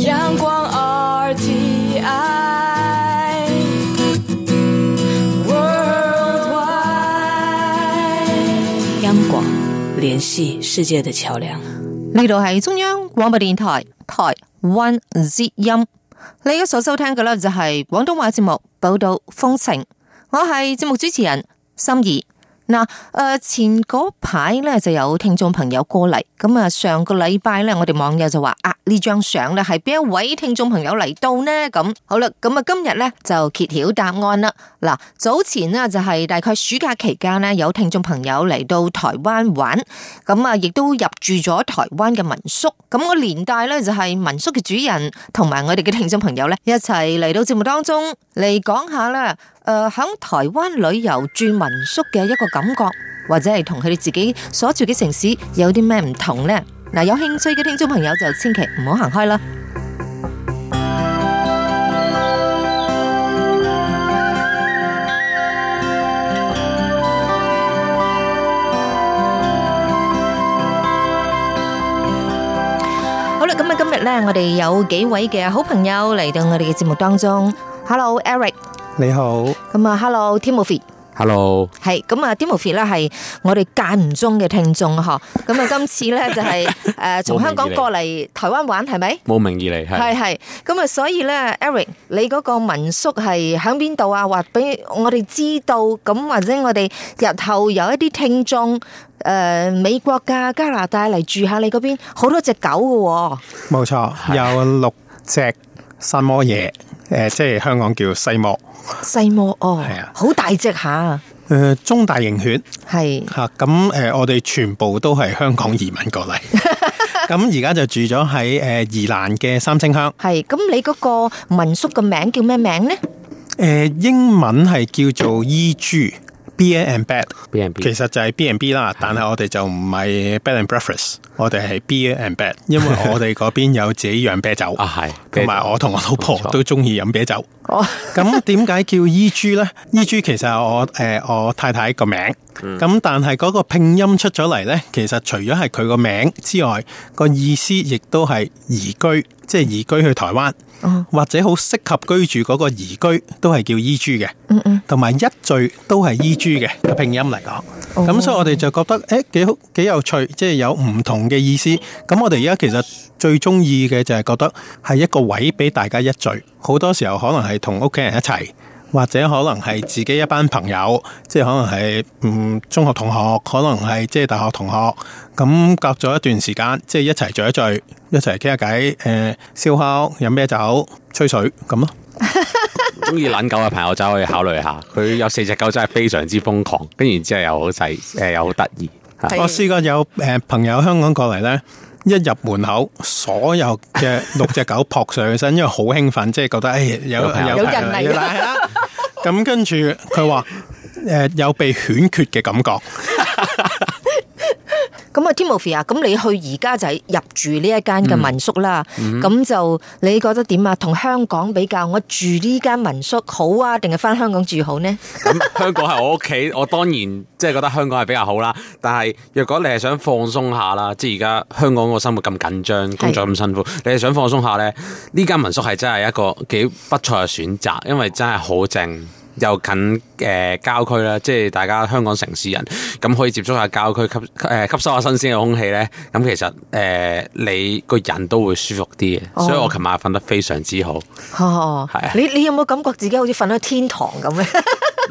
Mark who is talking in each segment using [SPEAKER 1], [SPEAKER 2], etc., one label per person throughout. [SPEAKER 1] 阳光 RTI。Worldwide。
[SPEAKER 2] 央广，联系世界的桥梁。
[SPEAKER 3] 呢度係中央廣播電台台灣之音，你而家所收聽嘅呢，就係廣東話節目《報道風情》，我係節目主持人心儀。嗱，誒前嗰排咧就有聽眾朋友過嚟，咁啊上個禮拜咧，我哋網友就話啊呢張相咧係邊一位聽眾朋友嚟到呢？咁好啦，咁啊今日咧就揭曉答案啦。嗱，早前呢，就係大概暑假期間咧，有聽眾朋友嚟到台灣玩，咁啊亦都入住咗台灣嘅民宿，咁我連帶咧就係民宿嘅主人同埋我哋嘅聽眾朋友咧 一齊嚟到節目當中嚟講下啦。誒喺台灣旅遊住民宿嘅一個感覺，或者係同佢哋自己所住嘅城市有啲咩唔同呢？嗱，有興趣嘅聽眾朋友就千祈唔好行開啦。好啦，咁啊，今日呢，我哋有幾位嘅好朋友嚟到我哋嘅節目當中。Hello Eric，
[SPEAKER 4] 你好，
[SPEAKER 3] 咁啊，Hello Timothy。
[SPEAKER 5] Hello，
[SPEAKER 3] 系咁啊，Timothy 咧係我哋間唔中嘅聽眾嗬，咁啊今次咧就係诶從香港過嚟台灣玩係咪？
[SPEAKER 5] 慕名而嚟
[SPEAKER 3] 係
[SPEAKER 5] 係
[SPEAKER 3] 係，咁啊所以咧，Eric 你嗰個民宿係喺邊度啊？話俾我哋知道，咁或者我哋日後有一啲聽眾诶、呃美國噶、加拿大嚟住下你嗰邊，好多隻狗嘅
[SPEAKER 4] 冇錯，有六隻山摩耶，誒、即係香港叫西摩，
[SPEAKER 3] 喎，細摩哦
[SPEAKER 4] 係啊，
[SPEAKER 3] 好大隻下，
[SPEAKER 4] 誒、中大型犬
[SPEAKER 3] 係
[SPEAKER 4] 嚇，咁、誒、我哋全部都係香港移民過嚟，咁而家就住咗喺誒宜蘭嘅三星鄉，誒、
[SPEAKER 3] 係咁你嗰個民宿嘅名叫咩名咧？
[SPEAKER 4] 呃英文係叫做 E.G. B and Bed。
[SPEAKER 5] B&B，
[SPEAKER 4] 其實就係 B&B 啦，但係我哋就唔係 bed and breakfast，我哋係 beer and bed，因為我哋嗰邊有自己釀啤酒
[SPEAKER 5] 啊係
[SPEAKER 4] 同埋我同我老婆
[SPEAKER 5] 冇錯
[SPEAKER 4] 都中意飲啤酒。
[SPEAKER 3] 哦。
[SPEAKER 4] 咁點解叫 EG 呢？EG 其實係我诶、我太太個名，咁、但係嗰個拼音出咗嚟呢，其實除咗係佢個名之外，個意思亦都係移居，即係移居去台灣，或者好適合居住嗰個移居都係叫 EG 嘅。同埋一聚都係 E G 嘅個拼音嚟講，咁、所以我哋就覺得誒幾好幾有趣，即係有唔同嘅意思。咁我哋而家其實最中意嘅就係覺得係一個位俾大家一聚，好多時候可能係同屋企人一齊。或者可能係自己一班朋友，即係可能係嗯中學同學，可能係即係大學同學，咁隔咗一段時間，即係一齊聚一聚，一齊傾下偈，誒、燒烤、飲啤酒、吹水咁咯。
[SPEAKER 5] 中意懶狗嘅朋友仔可以考慮下，佢有四隻狗真係非常之瘋狂，跟住然之後又好細，誒又好得意。嚇
[SPEAKER 4] 我試過有誒、呃朋友香港過嚟咧，一入門口，所有嘅六隻狗撲上佢身，因為好興奮，即係覺得誒、哎有
[SPEAKER 5] 有朋友
[SPEAKER 3] 有人嚟
[SPEAKER 4] 係啦，係啦咁跟住佢話誒有被犬缺嘅感覺，
[SPEAKER 3] 咁啊，Timothy 啊，咁你去而家就係入住呢一間嘅民宿啦。咁、就你覺得點啊？同香港比較，我住呢間民宿好啊，定係翻香港住好呢？
[SPEAKER 5] 咁香港係我屋企， 我當然即係覺得香港係比較好啦。但係若果你係想放鬆下啦，即係而家香港個生活咁緊張，工作咁辛苦，你係想放鬆下咧，呢間民宿係真係一個幾不錯嘅選擇，因為真係好靜。又近誒、呃郊區啦，即係大家香港城市人，咁可以接觸下郊區吸誒、呃吸收下新鮮嘅空氣咧，咁其實誒、呃你個人都會舒服啲嘅，所以我琴晚瞓得非常之好。
[SPEAKER 3] 哦
[SPEAKER 5] 係啊，
[SPEAKER 3] 你你有冇感覺自己好似瞓喺天堂 咁 咧？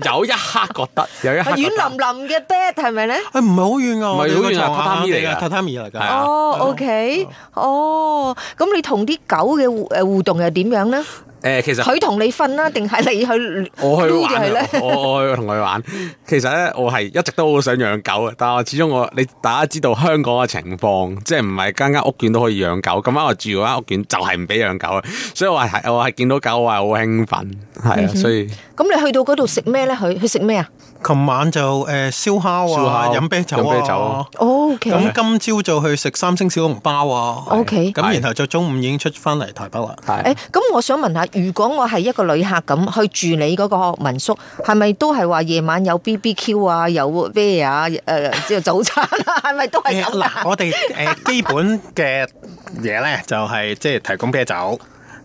[SPEAKER 5] 有一刻覺得，有一刻
[SPEAKER 3] 軟
[SPEAKER 5] 覺得
[SPEAKER 3] 淋淋嘅 bed 係咪呢？
[SPEAKER 4] 啊唔係好遠㗎，我哋
[SPEAKER 5] 唔係好
[SPEAKER 4] 個
[SPEAKER 5] 遠啊
[SPEAKER 4] 床下
[SPEAKER 5] 榻榻米嚟㗎
[SPEAKER 4] 我哋嘅榻榻米嚟
[SPEAKER 5] 係
[SPEAKER 4] 㗎
[SPEAKER 5] 啊。
[SPEAKER 3] 哦，OK，哦，咁你同啲狗嘅互誒互動又點樣呢？
[SPEAKER 5] 誒、其實
[SPEAKER 3] 佢同你瞓啦，定係你去
[SPEAKER 5] 我去
[SPEAKER 3] 擼住
[SPEAKER 5] 玩
[SPEAKER 3] 佢呢
[SPEAKER 5] 啊，我我去同佢玩。其實咧，我係一直都好想養狗嘅，但係我始終我你大家知道香港嘅情況，即係唔係間間屋苑都可以養狗。咁啱我住嗰間屋苑就係唔俾養狗嘅，所以我
[SPEAKER 3] 嗯
[SPEAKER 5] 係我係見到狗我係好興奮，係啊，所以
[SPEAKER 3] 咁你去到嗰度食咩呢？佢佢食咩啊？
[SPEAKER 4] 琴晚就誒燒烤啊，
[SPEAKER 5] 燒烤
[SPEAKER 4] 飲啤酒
[SPEAKER 5] 飲啤酒啊
[SPEAKER 4] 啊。
[SPEAKER 3] O K，
[SPEAKER 4] 咁今朝就去食三星小籠包啊。
[SPEAKER 3] OK
[SPEAKER 4] 咁然後就中午已經出翻嚟台北啦。
[SPEAKER 5] 啊
[SPEAKER 3] 诶，咁我想問下，如果我係一個旅客咁去住你嗰個民宿，係咪都係話夜晚有 B B Q 啊，有咩啊，诶，即係早餐啊， 係咪都
[SPEAKER 4] 誒
[SPEAKER 3] 係咁
[SPEAKER 4] 嗱，
[SPEAKER 3] 啊？
[SPEAKER 4] 我哋誒基本嘅嘢咧，就係即係提供啤酒。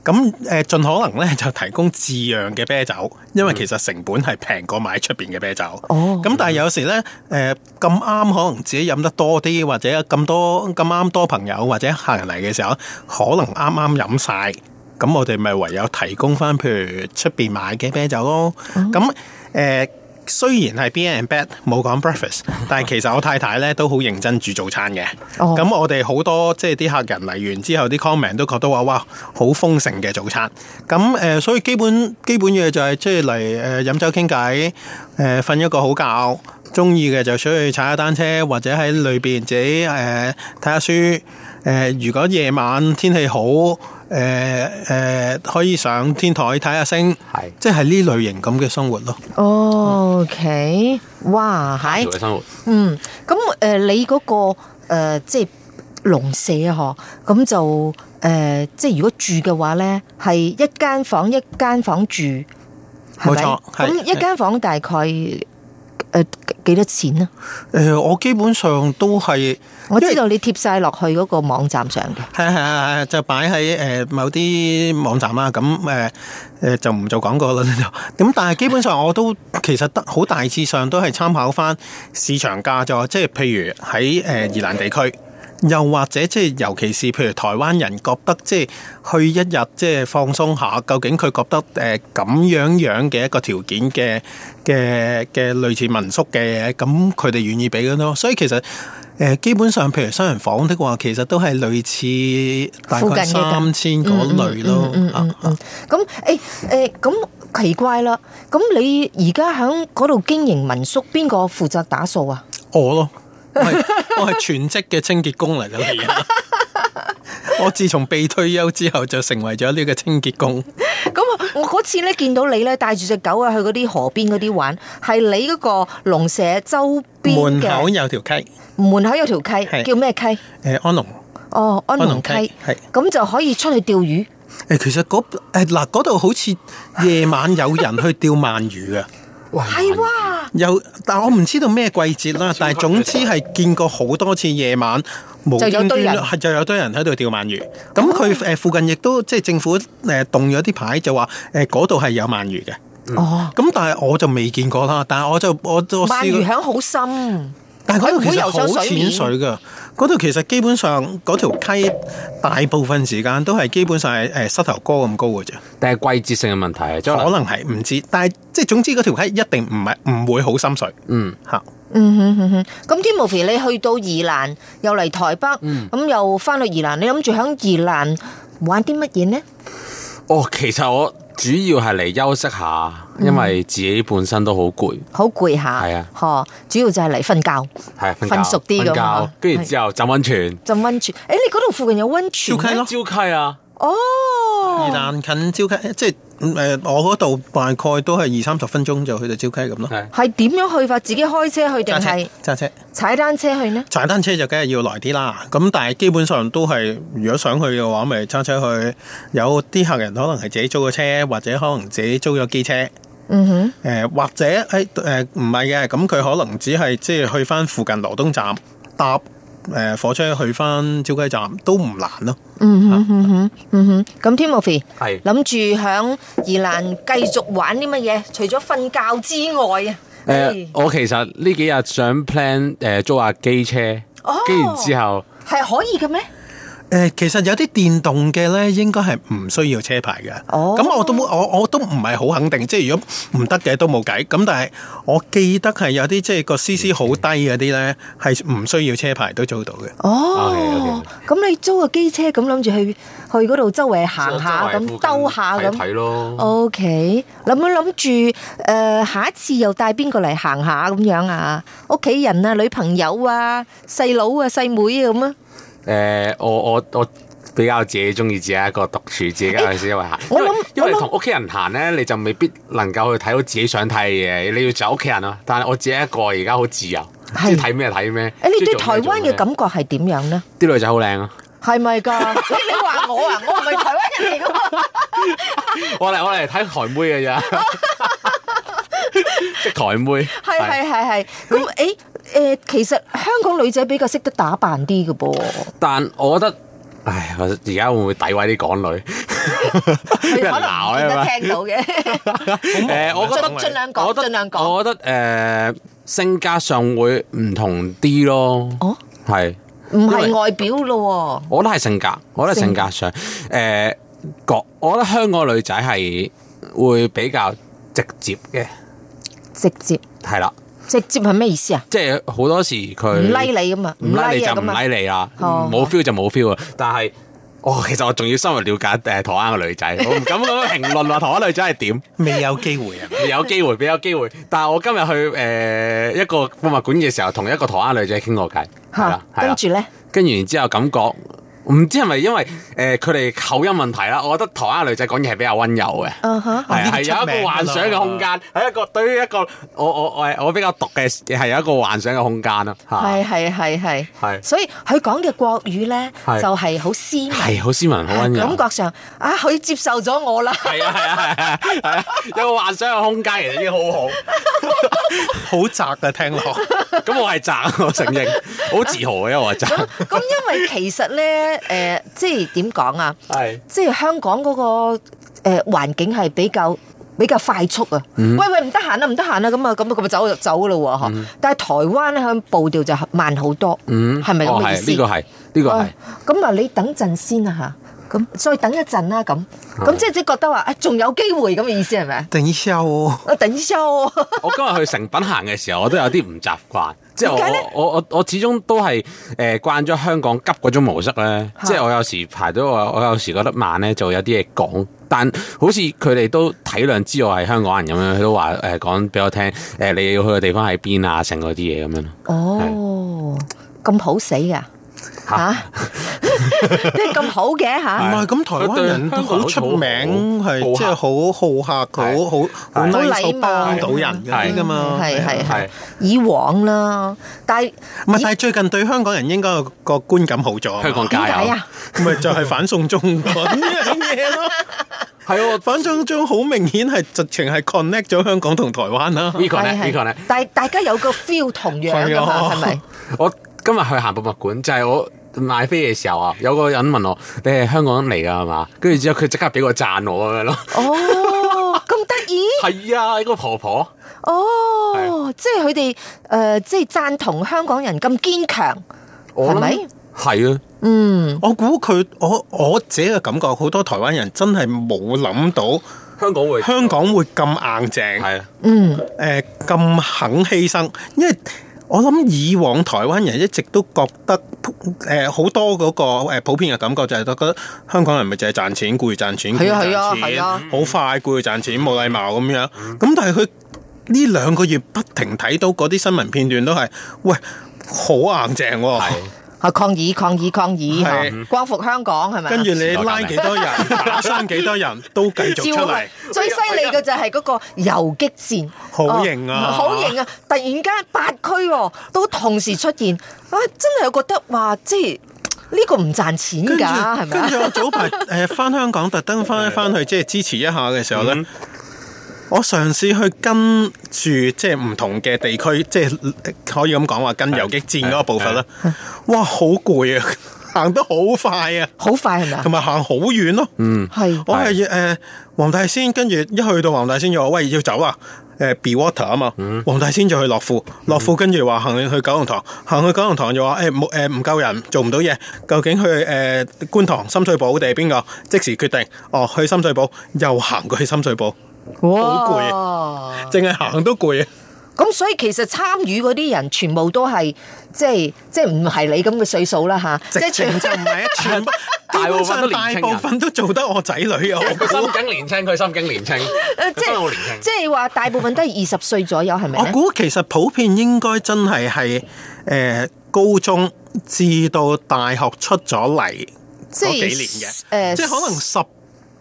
[SPEAKER 4] 咁誒，盡可能咧就提供自釀嘅啤酒，因為其實成本係平過買出邊嘅啤酒。
[SPEAKER 3] 哦
[SPEAKER 4] 咁但係有時咧，誒咁啱可能自己飲得多啲，或者咁多咁啱多朋友或者客人嚟嘅時候，可能啱啱飲晒。咁我哋咪唯有提供翻譬如出邊買嘅啤酒咯。咁誒、呃雖然係 B and bed 冇講 breakfast，但係其實我太太咧都好認真煮早餐嘅。
[SPEAKER 3] 哦
[SPEAKER 4] 咁、我哋好多即係啲客人嚟完之後，啲 comment 都覺得話哇好豐盛嘅早餐。咁誒、呃所以基本基本嘢就係即係嚟誒飲酒傾偈，誒、瞓一個好覺。中意嘅就出去踩下單車，或者喺裏邊自己誒睇下書。誒、如果夜晚天氣好，誒、誒、可以上天台睇下星，
[SPEAKER 5] 係
[SPEAKER 4] 即係呢類型咁嘅生活咯。
[SPEAKER 3] O K，哇，係
[SPEAKER 5] 做。嘅生活。
[SPEAKER 3] 嗯，咁誒、呃你嗰、個、呃、即係農舍啊，嗬，咁就誒、呃即係如果住嘅話咧，係一間房一間房住，係咪
[SPEAKER 4] 冇錯係
[SPEAKER 3] 咁一間房大概誒、呃、幾多錢啊？
[SPEAKER 4] 誒、呃我基本上都係，
[SPEAKER 3] 我
[SPEAKER 4] 因為
[SPEAKER 3] 知道你貼晒落去嗰個網站上嘅。
[SPEAKER 4] 係係係係就擺喺誒某啲網站啦。咁呃誒誒就唔做廣告啦。呢度咁但係基本上我都其實得好大致上都係參考翻市場價就即係譬如喺誒、呃宜蘭地區。又或者即係尤其是譬如台灣人覺得即係去一日即係放鬆下，究竟佢覺得誒呃咁樣樣嘅一個條件嘅嘅嘅類似民宿嘅嘢，咁佢哋願意俾嘅咯。所以其實誒、呃基本上譬如雙人房的話，其實都係類似大
[SPEAKER 3] 附近
[SPEAKER 4] 概
[SPEAKER 3] 嘅價
[SPEAKER 4] 三千嗰類咯。
[SPEAKER 3] 嗯嗯
[SPEAKER 4] 啊
[SPEAKER 3] 嗯咁誒誒，咁、奇怪啦。咁你而家喺嗰度經營民宿，邊個負責打掃啊？
[SPEAKER 4] 我咯，我係 我係全職嘅清潔工嚟嘅 嚟嘅。我自從被退休之後，就成為咗呢個清潔工。
[SPEAKER 3] 咁啊我嗰次咧見到你咧帶住只狗啊去嗰啲河邊嗰啲玩，係你嗰個農舍周邊
[SPEAKER 4] 門
[SPEAKER 3] 嘅
[SPEAKER 4] 口有條溪，
[SPEAKER 3] 門口有條溪，
[SPEAKER 4] 係
[SPEAKER 3] 叫咩溪？
[SPEAKER 4] 誒安龍。
[SPEAKER 3] 哦，安
[SPEAKER 4] 安
[SPEAKER 3] 龍
[SPEAKER 4] 龍
[SPEAKER 3] 溪
[SPEAKER 4] 溪係，
[SPEAKER 3] 咁就可以出去釣魚。
[SPEAKER 4] 誒，其實嗰誒嗱嗰度好似夜晚有人去釣鰻魚嘅，
[SPEAKER 3] 係哇！
[SPEAKER 4] 有，但我唔知道咩季節啦。但係總之係見過好多次夜晚無
[SPEAKER 3] 就有
[SPEAKER 4] 端
[SPEAKER 3] 堆
[SPEAKER 4] 端
[SPEAKER 3] 人哦
[SPEAKER 4] 係就有堆人喺度釣鰻魚。咁佢誒附近亦都即係政府誒動咗啲牌，就話誒嗰度係有鰻魚嘅。
[SPEAKER 3] 哦，
[SPEAKER 4] 咁但係我就未見過啦。但係我就我我試過
[SPEAKER 3] 鰻魚響好深，
[SPEAKER 4] 但係嗰度
[SPEAKER 3] 佢唔會
[SPEAKER 4] 其實
[SPEAKER 3] 游
[SPEAKER 4] 好
[SPEAKER 3] 上水面
[SPEAKER 4] 淺水㗎，嗰度其實基本上嗰條溪大部分時間都係基本上係誒膝頭哥咁高嘅啫，
[SPEAKER 5] 定係季節性嘅問題，啊
[SPEAKER 3] 啊
[SPEAKER 5] 即係
[SPEAKER 4] 可能係唔知，但係即係總之嗰條溪一定唔係唔會好深水
[SPEAKER 5] 嗯。
[SPEAKER 4] 嚇。
[SPEAKER 3] 嗯哼哼哼。咁 Timothy 你去到宜蘭，又嚟台北，咁又翻去宜蘭，你諗住喺宜蘭玩啲乜嘢呢？
[SPEAKER 5] 哦，其實我主要係嚟休息下，因
[SPEAKER 3] 嗯
[SPEAKER 5] 為自己本身都好攰，
[SPEAKER 3] 好攰下，
[SPEAKER 5] 係啊
[SPEAKER 3] 呵，主要就係嚟瞓覺。
[SPEAKER 5] 係瞓
[SPEAKER 3] 瞓熟啲咁
[SPEAKER 5] 覺
[SPEAKER 3] 啊
[SPEAKER 5] 瞓覺，跟住之後浸温泉，
[SPEAKER 3] 浸温泉，誒、你嗰度附近有温泉咩
[SPEAKER 4] 係咯
[SPEAKER 5] 礁溪啊，
[SPEAKER 4] 宜
[SPEAKER 3] 哦，
[SPEAKER 4] 蘭近礁溪，即係誒我嗰度大概都係二三十分鐘就去到礁溪咁咯。
[SPEAKER 5] 係
[SPEAKER 3] 係點樣去法？自己開車去定
[SPEAKER 4] 揸
[SPEAKER 3] 係
[SPEAKER 4] 車揸車
[SPEAKER 3] 踩單車去呢？
[SPEAKER 4] 踩單車就梗係要耐啲啦。咁但係基本上都係，如果想去嘅話，咪揸車去。有啲客人可能係自己租個車，或者可能自己租咗機車。
[SPEAKER 3] 嗯哼，
[SPEAKER 4] 誒、或者誒誒唔係嘅，咁、佢可能只係即係去翻附近羅東站搭誒、呃火車去翻礁溪站都唔難咯。
[SPEAKER 3] 嗯哼，嗯哼，嗯哼。咁 Timothy
[SPEAKER 5] 係
[SPEAKER 3] 諗住響宜蘭繼續玩啲乜嘢？除咗瞓覺之外啊，
[SPEAKER 5] 誒，呃我其實呢幾日想 plan 誒租下機車
[SPEAKER 3] 哦，
[SPEAKER 5] 跟住之後
[SPEAKER 3] 係可以嘅咩？
[SPEAKER 4] 誒、其實有啲電動嘅咧，應該係唔需要車牌嘅。
[SPEAKER 3] 哦
[SPEAKER 4] 咁、我都我我都唔係好肯定，即係如果唔得嘅都冇計。咁但係我記得係有啲即係個 CC 好低嗰啲咧，係唔需要車牌都做到嘅。
[SPEAKER 3] 哦
[SPEAKER 5] OK，OK，
[SPEAKER 3] 咁你租個機車咁諗住去去嗰度周圍行
[SPEAKER 5] 周
[SPEAKER 3] 下，
[SPEAKER 5] 圍附
[SPEAKER 3] 咁
[SPEAKER 5] 近
[SPEAKER 3] 兜下
[SPEAKER 5] 睇
[SPEAKER 3] 咁。哦
[SPEAKER 5] 睇咯。
[SPEAKER 3] O K，諗唔諗住诶，誒下一次又帶邊個嚟行下咁樣啊？屋企人啊、女朋友啊、細佬啊、細妹啊咁啊？
[SPEAKER 5] 呃誒，我我我比較自己中意自己一個獨處，自己一個人先因為行。因為因為同屋企人行咧，你就未必能夠去睇到自己想睇嘅嘢，你要就屋企人咯。但係我自己一個而家好自由，
[SPEAKER 3] 係
[SPEAKER 5] 即係睇咩睇咩。
[SPEAKER 3] 诶，
[SPEAKER 5] 中
[SPEAKER 3] 你對
[SPEAKER 5] 意做
[SPEAKER 3] 台
[SPEAKER 5] 咩做
[SPEAKER 3] 灣
[SPEAKER 5] 咩
[SPEAKER 3] 嘅感覺係點樣呢？
[SPEAKER 5] 啲女仔好靚啊！
[SPEAKER 3] 係咪㗎？你你話我啊，我唔係台灣人嚟㗎嘛。
[SPEAKER 5] 我嚟我嚟睇台妹嘅 咋， 即係台妹。
[SPEAKER 3] 係係係係。咁诶诶，誒其實香港女仔比較識得打扮啲嘅噃。
[SPEAKER 5] 但我覺得，唉，我而家會唔會詆毀啲港女？俾人鬧咧嘛？
[SPEAKER 3] 聽到嘅，
[SPEAKER 5] 誒，我覺得
[SPEAKER 3] 盡盡量講
[SPEAKER 5] 我覺得
[SPEAKER 3] 盡量講
[SPEAKER 5] 我覺得誒，性格上會唔同啲咯。
[SPEAKER 3] 哦，
[SPEAKER 5] 係，
[SPEAKER 3] 唔
[SPEAKER 5] 因為
[SPEAKER 3] 係外表咯
[SPEAKER 5] 我覺得係性格，我覺得係性格上誒，講我覺得香港女仔係會比較直接嘅，
[SPEAKER 3] 喎，直接
[SPEAKER 5] 係啦，
[SPEAKER 3] 直接係咩意思啊？
[SPEAKER 5] 即係好多時佢
[SPEAKER 3] 唔 like 你咁啊，
[SPEAKER 5] 唔拉你就
[SPEAKER 3] 啊
[SPEAKER 5] 唔
[SPEAKER 3] 咁
[SPEAKER 5] 拉
[SPEAKER 3] 啊，
[SPEAKER 5] 你啦，
[SPEAKER 3] 哦
[SPEAKER 5] 冇 feel 就冇 feel 啊。但係，哦，其實我仲要深入了解誒台灣嘅女仔， 我唔敢咁樣評論話台灣女仔係點。
[SPEAKER 4] 未有機會啊！
[SPEAKER 5] 有機會，俾有機會。但係我今日去誒、呃一個博物館嘅時候，同一個台灣女仔傾過偈，係啦
[SPEAKER 3] 嚇，，
[SPEAKER 5] 係啦
[SPEAKER 3] 跟住咧，
[SPEAKER 5] 跟住然之後感覺唔知係咪因為誒佢哋口音問題啦，我覺得台灣女仔講嘢係比較温柔嘅。
[SPEAKER 3] 嗯哼，
[SPEAKER 5] 係
[SPEAKER 4] 呢
[SPEAKER 5] 啊
[SPEAKER 4] 啲
[SPEAKER 5] 係
[SPEAKER 4] 出
[SPEAKER 5] 有
[SPEAKER 4] 名
[SPEAKER 5] 一個
[SPEAKER 4] 㗎
[SPEAKER 5] 幻想嘅
[SPEAKER 4] 啦
[SPEAKER 5] 空間，係一個對於一個我我我我比較毒嘅係有一個幻想嘅空間啦，嚇
[SPEAKER 3] 係係係係，
[SPEAKER 5] 係
[SPEAKER 3] 所以佢講嘅國語咧
[SPEAKER 5] 係
[SPEAKER 3] 就係好斯文，
[SPEAKER 5] 係好斯 文好温柔，
[SPEAKER 3] 感覺上啊，佢接受咗我 啦。
[SPEAKER 5] 係啊係啊係啊係啊，有個幻想嘅空間其實已經好好。
[SPEAKER 4] 好窄啊，聽 落。
[SPEAKER 5] 咁我係宅，我承認，好自豪啊嘅，因為我係宅。
[SPEAKER 3] 咁因為其實咧，誒，即係點講啊？
[SPEAKER 5] 係。
[SPEAKER 3] 即係香港嗰、個誒環境係比較比較快速啊！
[SPEAKER 5] 嗯
[SPEAKER 3] 喂喂，唔得閒啦，唔得閒啦，咁啊咁啊咁啊走就走咯喎！嗬但係台灣咧，佢步調就慢好多，
[SPEAKER 5] 嗯，
[SPEAKER 3] 係咪咁嘅意思？
[SPEAKER 5] 哦係呢個係，呢個係
[SPEAKER 3] 哦。咁啊，你等陣先啊嚇，咁再等一陣啦咁，
[SPEAKER 5] 嗯
[SPEAKER 3] 咁即係即係覺得話啊，仲有機會咁嘅意思係咪啊？
[SPEAKER 4] 等一下哦，
[SPEAKER 3] 我等一下 喎，
[SPEAKER 5] 我今日去成品行嘅時候，我都有啲唔習慣，即係
[SPEAKER 3] 點解呢
[SPEAKER 5] 我我我我始終都係誒慣咗香港急嗰種模式咧，
[SPEAKER 3] 嚇
[SPEAKER 5] 即係我有時排到我我有時覺得慢咧，就有啲嘢講。但好似佢哋都體諒知我係香港人咁樣，佢都話誒講俾我聽誒、你要去嘅地方喺邊啊，成嗰啲嘢咁樣咯。
[SPEAKER 3] 哦，咁好死㗎
[SPEAKER 5] 嚇
[SPEAKER 3] 嚇， 即係咁好嘅
[SPEAKER 4] 唔
[SPEAKER 3] 嚇，
[SPEAKER 4] 係咁，台灣人都好出名，係即係好好客，好好好 nice，好幫到人嗰啲噶嘛。
[SPEAKER 3] 係係
[SPEAKER 4] 啊
[SPEAKER 3] 係
[SPEAKER 5] 係，
[SPEAKER 3] 以往啦，但係
[SPEAKER 4] 唔係，但係最近對香港人應該個個觀感好咗啊嘛。
[SPEAKER 5] 香港
[SPEAKER 3] 點
[SPEAKER 5] 加
[SPEAKER 3] 解
[SPEAKER 5] 油！
[SPEAKER 3] 啊？
[SPEAKER 4] 咪就係反送中嗰樣嘢咯。
[SPEAKER 5] 係喎，
[SPEAKER 4] 反送中好明顯係直情係 connect 咗香港同台灣啦。
[SPEAKER 5] 呢個咧，
[SPEAKER 3] 係係
[SPEAKER 5] 呢個咧。
[SPEAKER 3] 但係大家有個 feel 同樣㗎
[SPEAKER 4] 係
[SPEAKER 3] 嘛，
[SPEAKER 4] 啊
[SPEAKER 3] 係 咪？
[SPEAKER 5] 我今日去行博物館，就係、我買飛嘅時候啊，有個人問我：你係香港嚟㗎係嘛？跟住之後佢即刻俾個讚我咁樣咯。
[SPEAKER 3] 哦，咁得意
[SPEAKER 5] 係啊，呢個婆婆
[SPEAKER 3] 哦，即係佢哋誒，即係贊同香港人咁堅強，
[SPEAKER 5] 我
[SPEAKER 3] 係
[SPEAKER 5] 諗
[SPEAKER 3] 咪？
[SPEAKER 5] 係啊，
[SPEAKER 3] 嗯，
[SPEAKER 4] 我估佢我我自己嘅感覺，好多台灣人真係冇諗到
[SPEAKER 5] 香港會
[SPEAKER 4] 香港會咁硬淨。
[SPEAKER 5] 係啊，
[SPEAKER 3] 嗯，
[SPEAKER 4] 誒咁肯犧牲，因為我諗以往台灣人一直都覺得誒好、多嗰、個、誒普遍嘅感覺就係覺得香港人咪就係賺錢，顧住賺錢，顧住
[SPEAKER 3] 係啊係啊
[SPEAKER 4] 賺
[SPEAKER 3] 係
[SPEAKER 4] 錢，好、
[SPEAKER 3] 啊
[SPEAKER 4] 快顧住賺錢，冇禮貌咁樣。咁但係佢呢兩個月不停睇到嗰啲新聞片段都係，喂，好硬淨喎、
[SPEAKER 3] 啊抗議抗議抗議，
[SPEAKER 4] 係
[SPEAKER 3] 光復香港係咪啊？
[SPEAKER 4] 跟住你拉幾 多人，打傷幾多人都繼續出
[SPEAKER 3] 照
[SPEAKER 4] 嚟
[SPEAKER 3] 佢，最犀利嘅就係嗰個遊擊戰，
[SPEAKER 4] 好型啊
[SPEAKER 3] 哦好型啊！突然間八區喎都同時出現，啊，真係我覺得哇，即係呢個唔賺錢
[SPEAKER 4] 跟
[SPEAKER 3] 㗎，
[SPEAKER 4] 住
[SPEAKER 3] 係咪
[SPEAKER 4] 跟
[SPEAKER 3] 啊
[SPEAKER 4] 住？我早排誒翻香港，特登翻一翻去即係支持一下嘅時候咧，
[SPEAKER 5] 嗯
[SPEAKER 4] 我嘗試去跟住即係唔同嘅地區，即係可以咁講話跟遊擊戰嗰個步伐啦。哇，好攰啊！ 行得好快啊，
[SPEAKER 3] 好快係咪啊
[SPEAKER 4] 同？埋行好遠咯。
[SPEAKER 5] 嗯，
[SPEAKER 3] 係
[SPEAKER 4] 我係誒黃大仙，跟住一去到黃大仙就話喂要走啊，誒 be water 啊嘛，黃大仙就去樂富，樂富跟住話行去九龍塘，行去九龍塘就話誒冇誒唔夠人，做唔到嘢，究竟去誒觀塘、深水埗定係邊個？即時決定，哦去深水埗，又行過去深水埗，好攰啊
[SPEAKER 3] 哇！
[SPEAKER 4] 淨係行都攰啊！
[SPEAKER 3] 咁所以其實參與嗰啲人全部都係即係即係唔係你咁嘅歲數啦吓，即
[SPEAKER 4] 直
[SPEAKER 3] 係
[SPEAKER 4] 情
[SPEAKER 3] 全
[SPEAKER 4] 就唔係一全部，
[SPEAKER 5] 大部分都年青人
[SPEAKER 4] 基本上大部分都做得我仔女啊！我
[SPEAKER 5] 佢心境年青，佢心境年青，
[SPEAKER 3] 即
[SPEAKER 5] 佢心境好
[SPEAKER 3] 係
[SPEAKER 5] 年青。
[SPEAKER 3] 即係話大部分都係二十歲左右係咪
[SPEAKER 4] 我
[SPEAKER 3] 咧？
[SPEAKER 4] 估其實普遍應該真呃係係誒高中至到大學出咗嚟
[SPEAKER 3] 即係呃
[SPEAKER 6] 嗰幾年嘅。
[SPEAKER 3] 誒
[SPEAKER 4] 即係可能十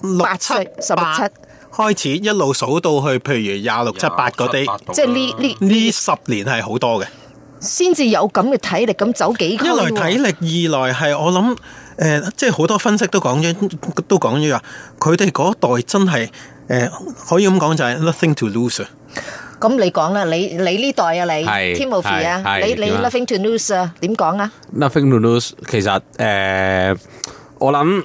[SPEAKER 4] 六
[SPEAKER 3] 八
[SPEAKER 4] 七
[SPEAKER 3] 歲16七
[SPEAKER 4] 開始一路數到去，譬如廿六七八嗰啲，
[SPEAKER 3] 即係呢呢
[SPEAKER 4] 呢十年係好多嘅。
[SPEAKER 3] 先至有咁嘅體力咁走幾
[SPEAKER 4] 一
[SPEAKER 3] 圈
[SPEAKER 4] 來
[SPEAKER 3] 喎
[SPEAKER 4] 體力，二來係我諗，誒、即係好多分析都講咗，都講咗話，佢哋嗰代真係誒、可以咁講就係 nothing to lose 啊。
[SPEAKER 3] 咁你講啦，你你呢代啊你
[SPEAKER 5] 係
[SPEAKER 3] Timothy 啊，
[SPEAKER 5] 係
[SPEAKER 3] 你
[SPEAKER 5] 係
[SPEAKER 3] 你
[SPEAKER 5] 點啊
[SPEAKER 3] Loving to Lose 啊，點講啊？
[SPEAKER 5] Nothing to lose，其實誒、呃我諗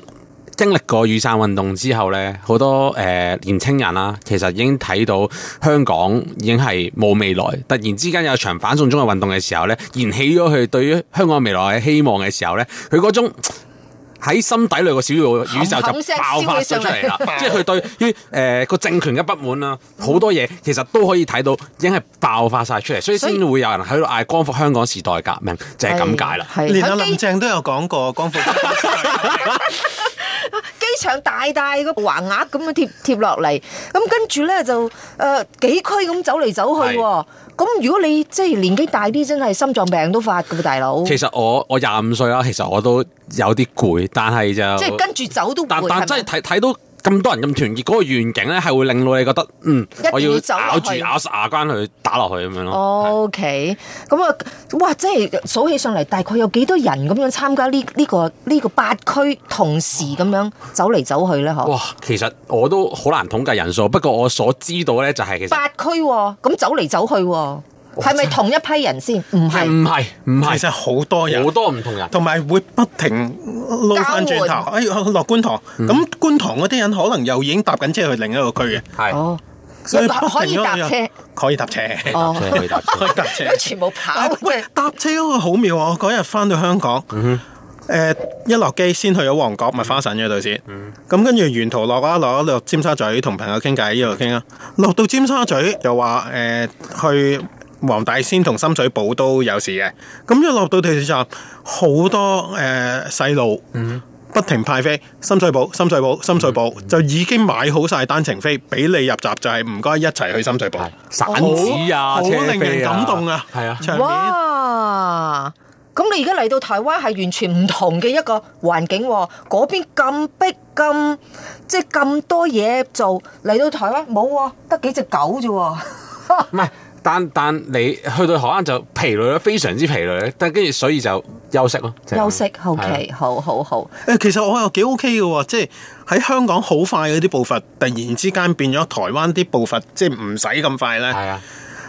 [SPEAKER 5] 經歷過雨傘運動之後咧，好多誒、呃年青人啦、其實已經睇到香港已經係冇未來。突然之間有場反送中嘅運動嘅時候咧，燃起咗佢對於香港未來嘅希望嘅時候咧，佢嗰種。喺心底裏個小宇宙
[SPEAKER 3] 冚冚聲
[SPEAKER 5] 就爆發咗出嚟啦，即係佢對於誒個政權嘅不滿啦，好多嘢其實都可以睇到，已經係爆發晒出嚟，所以
[SPEAKER 3] 所
[SPEAKER 5] 先
[SPEAKER 3] 以
[SPEAKER 5] 會有人喺度嗌光復香港時代革命，就係咁解啦。
[SPEAKER 3] 係
[SPEAKER 4] 連阿
[SPEAKER 3] 喺
[SPEAKER 4] 林
[SPEAKER 3] 機
[SPEAKER 4] 鄭都有講 過光復香港時代
[SPEAKER 3] 機場大大個橫額咁樣貼貼落嚟，咁跟住咧就誒、呃、幾區咁走嚟走去喎。咁如果你即係年紀大啲，真係心臟病都發㗎喎，大佬。
[SPEAKER 5] 其
[SPEAKER 3] 即
[SPEAKER 5] 實我我廿五歲啦，其實我都有啲攰，但係就
[SPEAKER 3] 係跟住走都會
[SPEAKER 5] 但但真係
[SPEAKER 3] 係咪啊
[SPEAKER 5] 睇睇到咁多人咁團結嗰個願景咧，係會令到你覺得嗯
[SPEAKER 3] 一定要，
[SPEAKER 5] 我要
[SPEAKER 3] 走落
[SPEAKER 5] 咬住
[SPEAKER 3] 去哦
[SPEAKER 5] 咬實牙關去打落去咁樣咯。
[SPEAKER 3] O K，咁啊，哇！即係數起上嚟，大概有幾多人咁樣參加呢、呢個呢、個八區同時咁樣走嚟走去咧？嗬，
[SPEAKER 5] 哇，其實我都好難統計人數，不過我所知道咧就係其實
[SPEAKER 3] 八區喎，咁走嚟走去喎，係咪同一批人先？唔係。
[SPEAKER 5] 唔係唔
[SPEAKER 4] 其實
[SPEAKER 5] 係
[SPEAKER 4] 好多人
[SPEAKER 5] 好。多唔同人。
[SPEAKER 4] 同埋會不停撈翻轉
[SPEAKER 3] 交
[SPEAKER 4] 頭，哎落觀塘，咁觀塘嗰啲人可能又已經搭緊車去另一個區嘅，
[SPEAKER 5] 係，
[SPEAKER 3] 哦，
[SPEAKER 4] 所以不
[SPEAKER 3] 可以
[SPEAKER 4] 停
[SPEAKER 3] 搭
[SPEAKER 4] 嗰個
[SPEAKER 3] 車，
[SPEAKER 4] 可以搭 車，
[SPEAKER 3] 哦
[SPEAKER 5] 所以可以答
[SPEAKER 4] 可以搭車
[SPEAKER 3] 因。為 全部跑
[SPEAKER 4] 啊喂
[SPEAKER 3] 嘅。，
[SPEAKER 4] 搭車嗰個好妙啊！我嗰日翻到香港，誒一落機先去咗旺角麥花臣嗰度先，咁跟住沿途落啊落啊落尖沙咀同朋友傾偈，一路傾啊，落到尖沙咀又話誒去黃大仙同深水埗都有事嘅，咁一落到地鐵站好多誒細路。不停派飛，深水埗、深水埗、深水埗就已經買好晒單程飛，俾你入閘就係唔該一齊去深水埗，
[SPEAKER 5] 散紙啊，
[SPEAKER 4] 好
[SPEAKER 5] 車飛啊
[SPEAKER 4] 令人感動啊！
[SPEAKER 5] 係啊，
[SPEAKER 4] 場面。
[SPEAKER 3] 哇！咁你而家嚟到台灣係完全唔同嘅一個環境喎、嗰邊咁逼咁，即係咁多嘢做，嚟到台灣冇喎，得幾隻狗啫喎。
[SPEAKER 5] 唔係，但但你去到台灣就疲累啦，非常之疲累，但跟住所以就休息咯，就係咁
[SPEAKER 3] 休息後
[SPEAKER 5] 係
[SPEAKER 3] 期，好好好，
[SPEAKER 4] 誒，其實我又幾 OK 嘅喎，即係喺香港好快嗰啲步伐，突然之間變咗台灣啲步伐，即係唔使咁快咧。
[SPEAKER 5] 係 啊，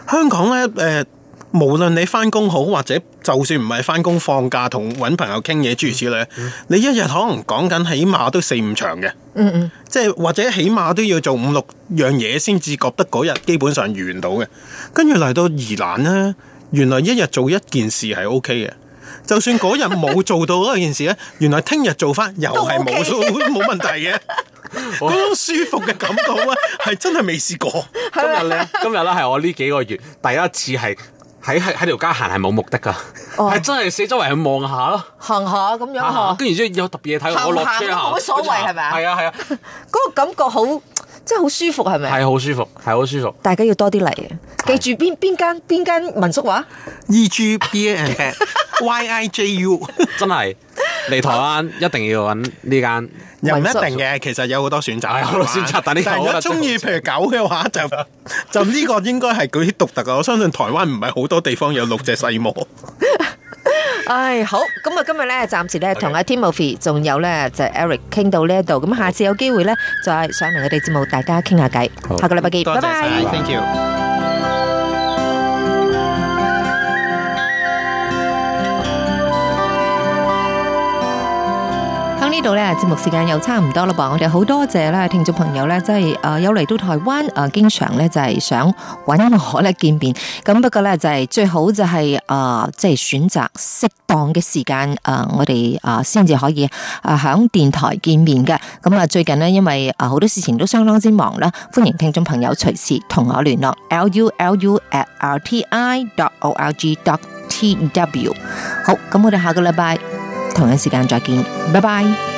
[SPEAKER 4] 香港咧，誒、無論你翻工好，或者就算唔係翻工放假同揾朋友傾嘢諸如此類，你一日可能講緊起碼都四五場嘅，
[SPEAKER 3] 嗯嗯，
[SPEAKER 4] 即係或者起碼都要做五六樣嘢先至覺得嗰日基本上完到嘅。跟住嚟到宜蘭咧，原來一日做一件事係 O K 嘅。就算嗰日冇做到嗰件事咧，原來聽日做翻又係冇
[SPEAKER 3] 都 OK
[SPEAKER 4] 冇問題嘅。嗰種舒服嘅感覺咧，係真係未試過。
[SPEAKER 5] 今日咧，今日咧係我呢幾個月第一次係喺喺喺條街行係冇目的㗎，
[SPEAKER 3] 哦
[SPEAKER 5] 係真係四周圍去望下咯，
[SPEAKER 3] 行下咁樣
[SPEAKER 5] 行下
[SPEAKER 3] 嗬，
[SPEAKER 5] 跟住之後有特別嘢睇，我落
[SPEAKER 3] 哦行
[SPEAKER 5] 車
[SPEAKER 3] 下
[SPEAKER 5] 行，
[SPEAKER 3] 冇乜所謂係咪啊
[SPEAKER 5] 係啊係啊，
[SPEAKER 3] 嗰個感覺好，即係好舒服係咪？
[SPEAKER 5] 係啊好舒服，係好舒服。
[SPEAKER 3] 大家要多啲嚟嘅，記住邊邊間邊間民宿話，
[SPEAKER 4] E G B A and F Y I J U
[SPEAKER 5] 真 係嚟台灣一定要揾呢間，
[SPEAKER 4] 又唔一定嘅，其實有好多選擇，
[SPEAKER 5] 係好多選擇但呢個
[SPEAKER 4] 如
[SPEAKER 5] 我覺
[SPEAKER 4] 果
[SPEAKER 5] 得
[SPEAKER 4] 中意譬如狗嘅話，就就 呢個應該係佢獨特嘅。我相信台灣唔係好多地方有六隻細毛。
[SPEAKER 3] 唉，好，咁啊，今日咧，暫時咧同阿 Timothy 仲有咧就係 Eric 傾到呢一度，咁下次有機會咧再上嚟我哋節目，大家傾下偈，
[SPEAKER 5] 好
[SPEAKER 3] 下個禮拜見，
[SPEAKER 4] 多
[SPEAKER 3] 拜
[SPEAKER 4] 謝
[SPEAKER 3] 拜。
[SPEAKER 4] 晒，thank you。
[SPEAKER 3] 喺呢度咧，節目時間又差唔多啦噃，我哋好多謝咧聽眾朋友咧，即係誒有嚟到台灣誒、呃，經常咧就係想揾我咧見面。咁不過咧就係、最好就係、誒、即係選擇適當嘅時間誒、呃我哋誒先至可以誒響電台見面嘅。咁啊，最近呢，因為誒好多事情都相當之忙啦，歡迎聽眾朋友隨時同我聯絡 l u l u at r t i dot o r g dot t w。好，咁我哋下個禮拜同樣時間再見，拜拜。